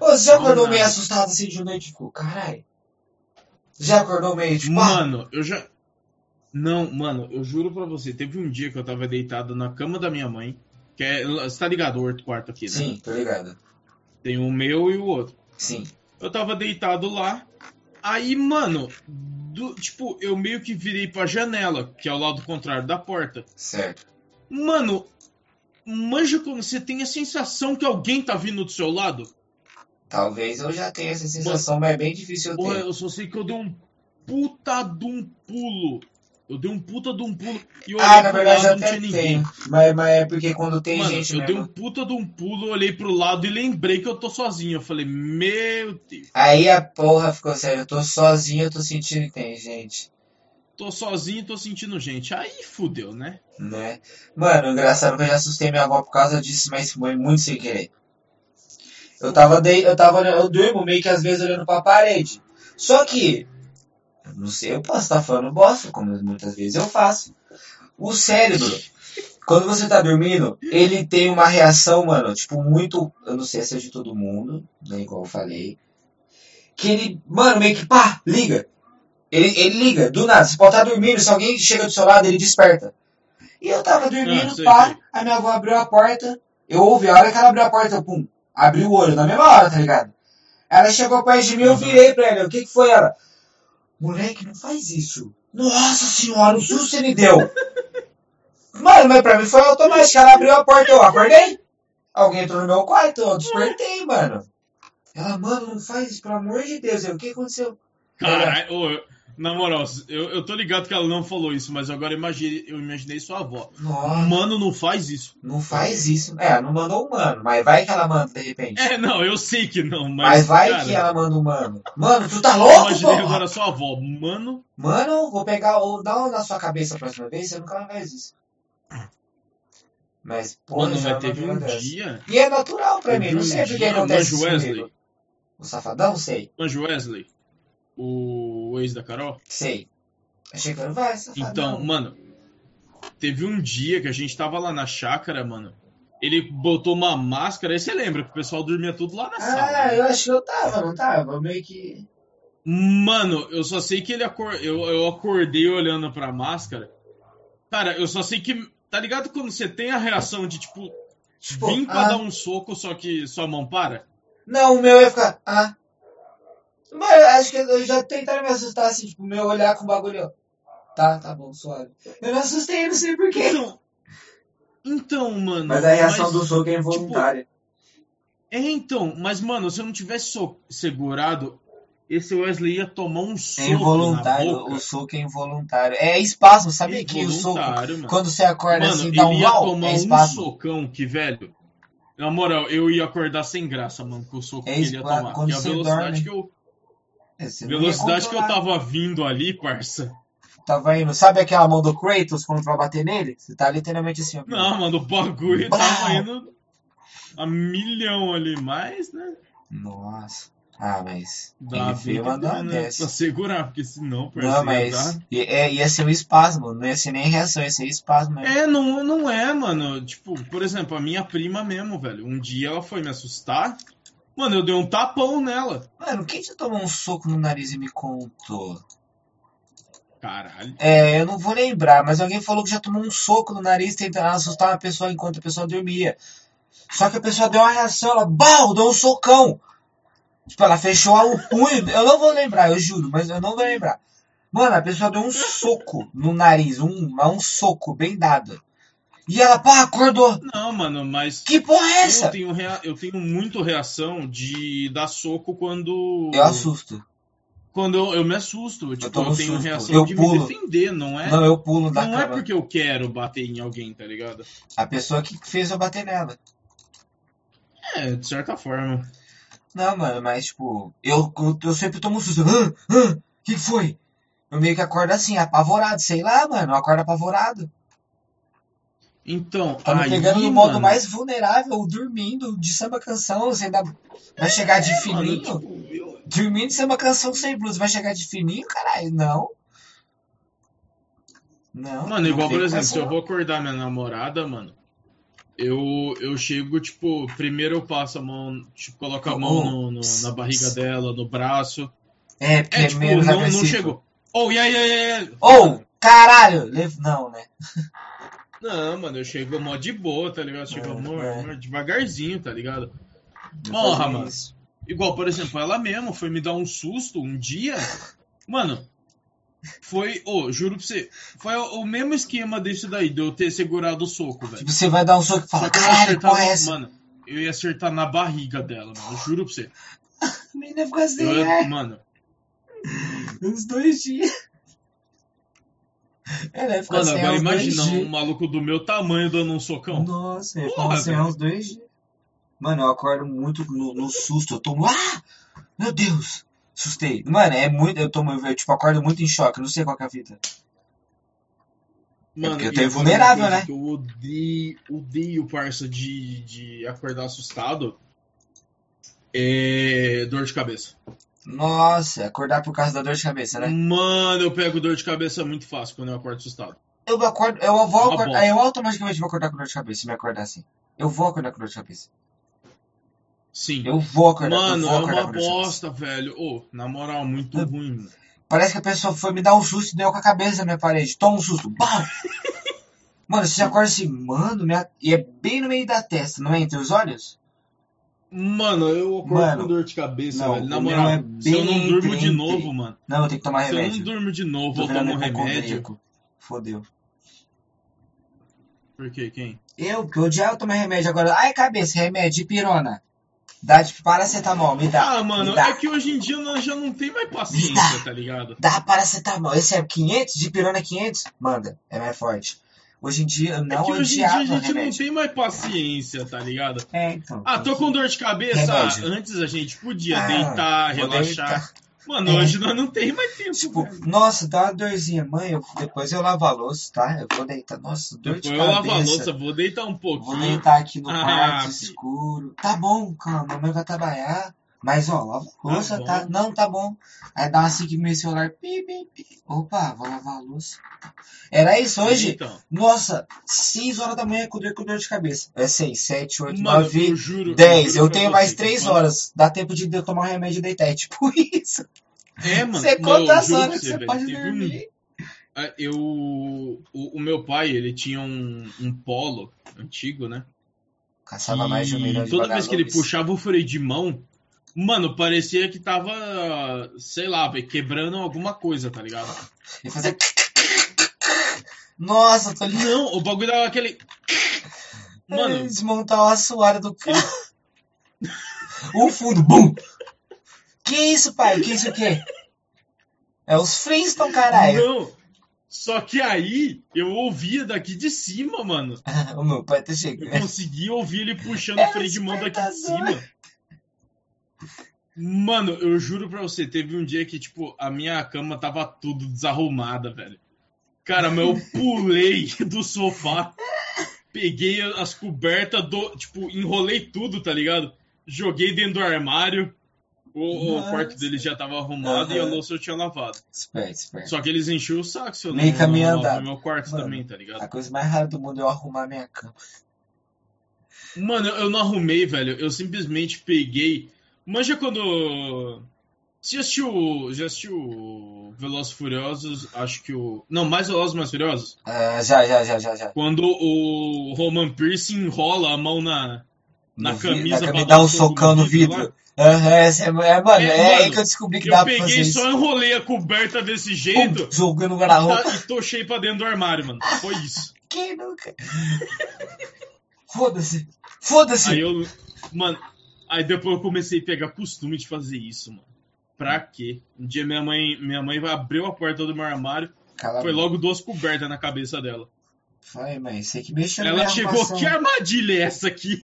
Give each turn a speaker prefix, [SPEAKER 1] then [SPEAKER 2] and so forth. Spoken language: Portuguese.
[SPEAKER 1] Ô, Você já acordou meio assustado assim de noite? Tipo, caralho. Já acordou meio tipo, ah,
[SPEAKER 2] Mano, eu já. Não, mano, eu juro pra você. Teve um dia que eu tava deitado na cama da minha mãe. Que é, você tá ligado o outro quarto aqui, né?
[SPEAKER 1] Sim, tô ligado.
[SPEAKER 2] Tem o meu e o outro.
[SPEAKER 1] Sim.
[SPEAKER 2] Eu tava deitado lá. Aí, mano, do- tipo, eu meio que virei pra janela, que é o lado contrário da porta.
[SPEAKER 1] Certo.
[SPEAKER 2] Mano, manja quando você tem a sensação que alguém tá vindo do seu lado.
[SPEAKER 1] Talvez eu já tenha essa sensação, mas é bem difícil eu
[SPEAKER 2] Porra,
[SPEAKER 1] ter.
[SPEAKER 2] eu só sei que eu dei um puta de um pulo. Eu dei um puta de um pulo e eu olhei
[SPEAKER 1] Ah, na
[SPEAKER 2] pro
[SPEAKER 1] verdade eu
[SPEAKER 2] lado não
[SPEAKER 1] até
[SPEAKER 2] tinha ninguém.
[SPEAKER 1] tenho. Mas, mas é porque quando tem
[SPEAKER 2] Mano,
[SPEAKER 1] gente né,
[SPEAKER 2] eu
[SPEAKER 1] mesmo.
[SPEAKER 2] dei um puta de um pulo, eu olhei pro lado e lembrei que eu tô sozinho. Eu falei, meu Deus,
[SPEAKER 1] Aí a porra ficou sério, eu tô sozinho, eu tô sentindo que tem gente.
[SPEAKER 2] tô sozinho, tô sentindo gente. Aí fudeu, né?
[SPEAKER 1] Né? Mano, engraçado que eu já assustei minha avó por causa disso, mas foi muito sem querer. Eu tava, dei, eu tava, olhando- eu durmo meio que às vezes olhando pra parede. Só que, eu não sei, eu posso estar falando bosta, como muitas vezes eu faço. O cérebro, quando você tá dormindo, ele tem uma reação, mano, tipo, muito, eu não sei se é de todo mundo, né, igual eu falei, que ele, mano, meio que pá, liga. Ele, ele liga, do nada, você pode estar dormindo, se alguém chega do seu lado, ele desperta. E eu tava dormindo,
[SPEAKER 2] Ah, sei,
[SPEAKER 1] pá,
[SPEAKER 2] sei.
[SPEAKER 1] a minha avó abriu a porta, eu ouvi, a hora que ela abriu a porta, eu, pum, abri o olho, na mesma hora, tá ligado? Ela chegou perto de mim, eu
[SPEAKER 2] Uhum.
[SPEAKER 1] virei pra ela, o que que foi ela? Moleque, não faz isso. Nossa senhora, o susto você me deu. Mano, mas pra mim foi automático, ela abriu a porta, eu acordei. Alguém entrou no meu quarto, eu despertei, mano. Ela, mano, não faz isso, pelo amor de Deus. Eu, o que aconteceu? É.
[SPEAKER 2] Caralho, ô, eu- na moral, eu, eu tô ligado que ela não falou isso, mas agora imagine, eu imaginei sua avó.
[SPEAKER 1] Nossa.
[SPEAKER 2] Mano, não faz isso.
[SPEAKER 1] Não faz isso. É, não mandou um mano, mas vai que ela manda de repente.
[SPEAKER 2] É, não, eu sei que não,
[SPEAKER 1] mas
[SPEAKER 2] mas.
[SPEAKER 1] vai
[SPEAKER 2] cara,
[SPEAKER 1] que ela manda um mano. Mano, tu tá
[SPEAKER 2] eu
[SPEAKER 1] louco,
[SPEAKER 2] imaginei
[SPEAKER 1] porra?
[SPEAKER 2] agora sua avó. Mano,
[SPEAKER 1] Mano, vou pegar ou dar um na sua cabeça a próxima vez, você nunca mais faz isso. Mas, porra,
[SPEAKER 2] mano,
[SPEAKER 1] já
[SPEAKER 2] mas
[SPEAKER 1] não
[SPEAKER 2] teve
[SPEAKER 1] uma
[SPEAKER 2] um
[SPEAKER 1] dessa.
[SPEAKER 2] dia.
[SPEAKER 1] E é natural pra mim,
[SPEAKER 2] Teve
[SPEAKER 1] não
[SPEAKER 2] um
[SPEAKER 1] sei por que
[SPEAKER 2] dia,
[SPEAKER 1] acontece
[SPEAKER 2] Manjo
[SPEAKER 1] isso comigo.
[SPEAKER 2] Wesley.
[SPEAKER 1] O safadão, sei,
[SPEAKER 2] Manjo Wesley, o ex da Carol.
[SPEAKER 1] sei. Achei que era, vai, safadão.
[SPEAKER 2] Então, mano, teve um dia que a gente tava lá na chácara, mano. Ele botou uma máscara, aí você lembra que o pessoal dormia tudo lá na sala.
[SPEAKER 1] Ah,
[SPEAKER 2] né?
[SPEAKER 1] eu acho que eu tava, não tava? Eu Meio que.
[SPEAKER 2] Mano, eu só sei que ele acor... eu, eu acordei olhando pra máscara. Cara, eu só sei que. Tá ligado quando você tem a reação de, tipo,
[SPEAKER 1] Tipo,
[SPEAKER 2] vim pra
[SPEAKER 1] ah.
[SPEAKER 2] dar um soco, só que sua mão para?
[SPEAKER 1] Não, o meu ia ficar. Ah. Mas eu acho que eu já tentaram me assustar assim, tipo, meu olhar com o bagulho. ó. Tá, tá bom, suave. Eu me assustei, não sei porquê.
[SPEAKER 2] Então. Então, mano.
[SPEAKER 1] Mas a reação
[SPEAKER 2] mas- tipo,
[SPEAKER 1] do soco é involuntária.
[SPEAKER 2] É, então, mas, mano, se eu não tivesse so- segurado, esse Wesley ia tomar um
[SPEAKER 1] É
[SPEAKER 2] soco. na boca.
[SPEAKER 1] soco é involuntário. É espasmo, sabe
[SPEAKER 2] Involuntário, mano.
[SPEAKER 1] quando você acorda assim,
[SPEAKER 2] Mano, ele ia
[SPEAKER 1] É
[SPEAKER 2] tomar um socão que, velho. Na moral, eu ia acordar sem graça, mano, com o soco
[SPEAKER 1] É
[SPEAKER 2] que ele ia
[SPEAKER 1] espla-
[SPEAKER 2] tomar.
[SPEAKER 1] quando
[SPEAKER 2] Que a
[SPEAKER 1] você
[SPEAKER 2] velocidade
[SPEAKER 1] dorme.
[SPEAKER 2] que eu.
[SPEAKER 1] É, você não ia
[SPEAKER 2] Velocidade que eu
[SPEAKER 1] controlar.
[SPEAKER 2] tava vindo ali, parça.
[SPEAKER 1] Tava indo. Sabe aquela mão do Kratos quando vai bater nele? Você tá literalmente assim, ó.
[SPEAKER 2] Não, mano, o bagulho
[SPEAKER 1] Blau!
[SPEAKER 2] tava indo a milhão ali, mas, né?
[SPEAKER 1] Nossa. Ah, mas.
[SPEAKER 2] Dá
[SPEAKER 1] ele
[SPEAKER 2] bem
[SPEAKER 1] veio
[SPEAKER 2] que
[SPEAKER 1] mandar
[SPEAKER 2] deu,
[SPEAKER 1] uma
[SPEAKER 2] né?
[SPEAKER 1] dessa.
[SPEAKER 2] Pra segurar, porque senão, parceiro,
[SPEAKER 1] Não, mas
[SPEAKER 2] dá.
[SPEAKER 1] i- é, ia ser um espasmo, não ia ser nem reação, ia ser espasmo mesmo.
[SPEAKER 2] É, não, não é, mano. Tipo, por exemplo, a minha prima mesmo, velho. Um dia ela foi me assustar. Mano, eu dei um tapão nela.
[SPEAKER 1] Mano, quem te tomou um soco no nariz e me contou?
[SPEAKER 2] Caralho.
[SPEAKER 1] É, eu não vou lembrar, mas alguém falou que já tomou um soco no nariz tentando assustar uma pessoa enquanto a pessoa dormia. Só que a pessoa deu uma reação, ela, BAU! Deu um socão! Tipo, ela fechou o punho, eu não vou lembrar, eu juro, mas eu não vou lembrar. Mano, a pessoa deu um soco no nariz, um, mas um soco bem dado. E ela, pá, acordou!
[SPEAKER 2] Não, mano, mas.
[SPEAKER 1] Que porra é
[SPEAKER 2] Eu
[SPEAKER 1] essa?
[SPEAKER 2] tenho, rea... eu tenho muito reação de dar soco quando.
[SPEAKER 1] Eu assusto.
[SPEAKER 2] Quando eu, eu me assusto. Tipo,
[SPEAKER 1] tomo
[SPEAKER 2] eu, tenho
[SPEAKER 1] susto.
[SPEAKER 2] reação
[SPEAKER 1] Eu
[SPEAKER 2] de me
[SPEAKER 1] pulo.
[SPEAKER 2] defender, não é?
[SPEAKER 1] Não, eu pulo da
[SPEAKER 2] Não é
[SPEAKER 1] cama.
[SPEAKER 2] porque eu quero bater em alguém, tá ligado?
[SPEAKER 1] A pessoa que fez eu bater nela.
[SPEAKER 2] É, de certa forma.
[SPEAKER 1] Não, mano, mas tipo, eu, eu, eu sempre tomo um susto. Hã? Hã? Que que foi? Eu meio que acordo assim, apavorado, sei lá, mano, eu acordo apavorado.
[SPEAKER 2] Então,
[SPEAKER 1] Tá me
[SPEAKER 2] aí,
[SPEAKER 1] pegando no
[SPEAKER 2] mano,
[SPEAKER 1] modo mais vulnerável, dormindo, de samba canção, sem dar. Vai chegar de
[SPEAKER 2] É, mano,
[SPEAKER 1] fininho?
[SPEAKER 2] tipo, eu-
[SPEAKER 1] Dormindo de samba canção sem blusa, vai chegar de fininho, caralho? Não. Não.
[SPEAKER 2] mano,
[SPEAKER 1] não
[SPEAKER 2] igual,
[SPEAKER 1] tem
[SPEAKER 2] por exemplo, se eu
[SPEAKER 1] condição.
[SPEAKER 2] vou acordar minha namorada, mano, Eu, eu chego, tipo, primeiro eu passo a mão, tipo, coloco a mão no-
[SPEAKER 1] um,
[SPEAKER 2] no- na barriga dela, no braço.
[SPEAKER 1] É, porque
[SPEAKER 2] É,
[SPEAKER 1] é,
[SPEAKER 2] tipo,
[SPEAKER 1] menos
[SPEAKER 2] não, não
[SPEAKER 1] agressivo.
[SPEAKER 2] chegou. Oh, e aí, e aí, e aí?
[SPEAKER 1] Ou, caralho! lev- Não, né?
[SPEAKER 2] Não, mano, eu chego mó de boa, tá ligado? Chego
[SPEAKER 1] É,
[SPEAKER 2] amor,
[SPEAKER 1] é.
[SPEAKER 2] amor, devagarzinho, tá ligado?
[SPEAKER 1] Não
[SPEAKER 2] Porra,
[SPEAKER 1] fazia
[SPEAKER 2] mano.
[SPEAKER 1] isso.
[SPEAKER 2] Igual, por exemplo, ela mesma foi me dar um susto um dia. Mano, foi, ô, juro pra você, foi o, o mesmo esquema desse daí, de eu ter segurado o soco, velho.
[SPEAKER 1] Tipo, você vai dar um soco e
[SPEAKER 2] Só
[SPEAKER 1] fala,
[SPEAKER 2] que eu ia
[SPEAKER 1] caralho, que
[SPEAKER 2] acertar,
[SPEAKER 1] porra é
[SPEAKER 2] no-
[SPEAKER 1] essa?
[SPEAKER 2] mano, eu ia acertar na barriga dela, mano, eu juro pra você.
[SPEAKER 1] Menina ficou assim,
[SPEAKER 2] Eu ia-
[SPEAKER 1] né?
[SPEAKER 2] mano,
[SPEAKER 1] Uns dois dias. Ela ficou
[SPEAKER 2] mano,
[SPEAKER 1] assim,
[SPEAKER 2] agora
[SPEAKER 1] uns
[SPEAKER 2] imagina
[SPEAKER 1] dois dias.
[SPEAKER 2] um maluco do meu tamanho dando um socão.
[SPEAKER 1] Nossa, eu
[SPEAKER 2] Porra,
[SPEAKER 1] falo assim há
[SPEAKER 2] velho.
[SPEAKER 1] uns dois dias. Mano, eu acordo muito no, no susto. Eu tomo. Ah! Meu Deus! Assustei. Mano, é muito. Eu tomo. Eu, tipo, acordo muito em choque. eu Não sei qual que é a fita.
[SPEAKER 2] Mano,
[SPEAKER 1] É porque eu
[SPEAKER 2] e
[SPEAKER 1] tô
[SPEAKER 2] agora uma
[SPEAKER 1] invulnerável,
[SPEAKER 2] coisa
[SPEAKER 1] né?
[SPEAKER 2] que eu odeio, odeio, parça, de, de acordar assustado é dor de cabeça.
[SPEAKER 1] Nossa, acordar por causa da dor de cabeça, né?
[SPEAKER 2] Mano, eu pego dor de cabeça muito fácil quando eu acordo assustado.
[SPEAKER 1] Eu acordo. Eu vou
[SPEAKER 2] Uma
[SPEAKER 1] acordar.
[SPEAKER 2] bosta.
[SPEAKER 1] Aí eu automaticamente vou acordar com dor de cabeça se me acordar assim. Eu vou acordar com dor de cabeça.
[SPEAKER 2] Sim.
[SPEAKER 1] Eu vou acordar. eu
[SPEAKER 2] Mano,
[SPEAKER 1] vou
[SPEAKER 2] é
[SPEAKER 1] acordar
[SPEAKER 2] uma
[SPEAKER 1] com dor de cabeça.
[SPEAKER 2] bosta, velho. Ô, na moral, muito
[SPEAKER 1] Eu-
[SPEAKER 2] ruim, mano.
[SPEAKER 1] Parece que a pessoa foi me dar um susto e deu com a cabeça na minha parede. Toma um susto. Bau! Mano, você acorda assim, mano, minha... e é bem no meio da testa, não é? Entre os olhos?
[SPEAKER 2] Mano, eu acordo
[SPEAKER 1] Mano,
[SPEAKER 2] com dor de cabeça,
[SPEAKER 1] não,
[SPEAKER 2] velho. Na
[SPEAKER 1] o meu
[SPEAKER 2] moral,
[SPEAKER 1] é
[SPEAKER 2] se eu não
[SPEAKER 1] bem
[SPEAKER 2] durmo de
[SPEAKER 1] entre-
[SPEAKER 2] novo, mano.
[SPEAKER 1] Não, eu tenho que tomar
[SPEAKER 2] Se eu não
[SPEAKER 1] remédio.
[SPEAKER 2] durmo de novo,
[SPEAKER 1] Tô
[SPEAKER 2] eu
[SPEAKER 1] virando
[SPEAKER 2] tomo um remédio.
[SPEAKER 1] hipocondríaco. Fodeu.
[SPEAKER 2] Por quê? Quem?
[SPEAKER 1] Eu, porque eu já tomei remédio agora. Ai, cabeça, remédio, pirona. Dá de paracetamol, me dá.
[SPEAKER 2] Ah, mano,
[SPEAKER 1] me dá.
[SPEAKER 2] é que hoje em dia nós já não tem mais
[SPEAKER 1] dá.
[SPEAKER 2] paciência, tá ligado?
[SPEAKER 1] Dá paracetamol. Esse é 500? De pirona é 500? Manda, é mais forte. Hoje em dia eu
[SPEAKER 2] É
[SPEAKER 1] não
[SPEAKER 2] que hoje em dia a
[SPEAKER 1] odiava
[SPEAKER 2] gente não
[SPEAKER 1] remédio.
[SPEAKER 2] tem mais paciência, tá ligado?
[SPEAKER 1] É, então.
[SPEAKER 2] Ah, tô com dor de cabeça. Ah,
[SPEAKER 1] Remédio.
[SPEAKER 2] antes a gente podia
[SPEAKER 1] Ah,
[SPEAKER 2] deitar,
[SPEAKER 1] vou
[SPEAKER 2] relaxar. Mano,
[SPEAKER 1] É.
[SPEAKER 2] hoje nós não tem mais tempo,
[SPEAKER 1] Tipo,
[SPEAKER 2] velho.
[SPEAKER 1] nossa, dá uma dorzinha, mãe. Eu, depois eu lavo a louça, tá? Eu vou deitar. Nossa, dor
[SPEAKER 2] Depois
[SPEAKER 1] de
[SPEAKER 2] eu
[SPEAKER 1] cabeça.
[SPEAKER 2] lavo a louça, vou deitar um
[SPEAKER 1] Vou
[SPEAKER 2] pouquinho.
[SPEAKER 1] deitar aqui no
[SPEAKER 2] Ah,
[SPEAKER 1] quarto
[SPEAKER 2] filho.
[SPEAKER 1] escuro. Tá bom, calma, mamãe vai trabalhar. Mas ó, lava a louça,
[SPEAKER 2] bom.
[SPEAKER 1] tá? Não, tá bom. Aí dá uma 5 meu celular. Pi, pi, pi. Opa, vou lavar a louça. Era isso hoje?
[SPEAKER 2] Então,
[SPEAKER 1] Nossa, 6 horas da manhã com dor, com dor de cabeça. É 6, 7, 8,
[SPEAKER 2] mano,
[SPEAKER 1] 9,
[SPEAKER 2] eu juro. eu
[SPEAKER 1] 10.
[SPEAKER 2] juro
[SPEAKER 1] Eu
[SPEAKER 2] pra
[SPEAKER 1] tenho
[SPEAKER 2] você
[SPEAKER 1] mais
[SPEAKER 2] que
[SPEAKER 1] 3
[SPEAKER 2] quando-
[SPEAKER 1] horas. Dá tempo de eu tomar um remédio e deitar. É tipo isso.
[SPEAKER 2] É, mano.
[SPEAKER 1] Você
[SPEAKER 2] não, eu
[SPEAKER 1] conta as
[SPEAKER 2] juro pra
[SPEAKER 1] horas que você
[SPEAKER 2] velho,
[SPEAKER 1] pode
[SPEAKER 2] teve um-
[SPEAKER 1] dormir.
[SPEAKER 2] Ah, Eu, o, o meu pai, ele tinha um, um polo antigo, né?
[SPEAKER 1] Caçava mais de um
[SPEAKER 2] E
[SPEAKER 1] milhão de
[SPEAKER 2] toda vez que ele
[SPEAKER 1] vagalumes.
[SPEAKER 2] puxava o freio de mão, mano, parecia que tava, sei lá, velho, quebrando alguma coisa, tá ligado?
[SPEAKER 1] Ele fazia. Nossa, tô ligado.
[SPEAKER 2] Não, o bagulho dava aquele. Mano,
[SPEAKER 1] Desmontar o assoalho do carro. o fundo, bum! Que isso, pai? Que isso o quê? É os Flintstone, caralho.
[SPEAKER 2] não. Só que aí eu ouvia daqui de cima, mano.
[SPEAKER 1] o meu pai tá
[SPEAKER 2] Eu
[SPEAKER 1] chegando.
[SPEAKER 2] conseguia ouvir ele puxando
[SPEAKER 1] É
[SPEAKER 2] o freio de mão daqui de
[SPEAKER 1] despertador.
[SPEAKER 2] cima. Mano, eu juro pra você, teve um dia que, tipo, a minha cama tava tudo desarrumada, velho. Cara, mas eu pulei do sofá, peguei as cobertas, do, tipo, enrolei tudo, tá ligado? Joguei dentro do armário. O, o
[SPEAKER 1] Nossa.
[SPEAKER 2] quarto dele já tava arrumado e a
[SPEAKER 1] Aham.
[SPEAKER 2] louça eu tinha lavado.
[SPEAKER 1] Esperto, esperto.
[SPEAKER 2] Só que eles enchiam o saco, se eu não,
[SPEAKER 1] Meio caminho
[SPEAKER 2] não lavava
[SPEAKER 1] andado.
[SPEAKER 2] no meu quarto
[SPEAKER 1] Mano.
[SPEAKER 2] também, tá ligado?
[SPEAKER 1] A coisa mais rara do mundo é eu arrumar minha cama.
[SPEAKER 2] Mano, eu eu não arrumei, velho. Eu simplesmente peguei. Manja quando. Você já assistiu. Já assistiu Velozes e Furiosos? Acho que o. Não, mais Velozes e Mais Furiosos?
[SPEAKER 1] Ah, já, já, já, já, já.
[SPEAKER 2] Quando o Roman Pierce enrola a mão na, na
[SPEAKER 1] No vi-
[SPEAKER 2] camisa
[SPEAKER 1] na
[SPEAKER 2] pra
[SPEAKER 1] cama e
[SPEAKER 2] dar
[SPEAKER 1] dá um
[SPEAKER 2] um soco
[SPEAKER 1] socão no
[SPEAKER 2] no vidro
[SPEAKER 1] vidro. Aham, essa é, é, mano,
[SPEAKER 2] É,
[SPEAKER 1] é, aí
[SPEAKER 2] mano,
[SPEAKER 1] que eu descobri que
[SPEAKER 2] Eu
[SPEAKER 1] dá pra fazer
[SPEAKER 2] peguei,
[SPEAKER 1] isso.
[SPEAKER 2] só enrolei a coberta desse jeito
[SPEAKER 1] Pum, jogando o
[SPEAKER 2] e
[SPEAKER 1] guarda-roupa.
[SPEAKER 2] tá- e tochei pra dentro do armário, mano. Foi isso.
[SPEAKER 1] Quem nunca? Foda-se. Foda-se.
[SPEAKER 2] Aí eu. Mano, aí depois eu comecei a pegar costume de fazer isso, mano. Pra quê? Um dia minha mãe, minha mãe abriu a porta do meu armário,
[SPEAKER 1] Cala a
[SPEAKER 2] foi
[SPEAKER 1] boca.
[SPEAKER 2] logo duas cobertas na cabeça dela.
[SPEAKER 1] Falei, mãe, você que mexeu na
[SPEAKER 2] Ela
[SPEAKER 1] minha
[SPEAKER 2] chegou,
[SPEAKER 1] armação.
[SPEAKER 2] que armadilha é essa aqui?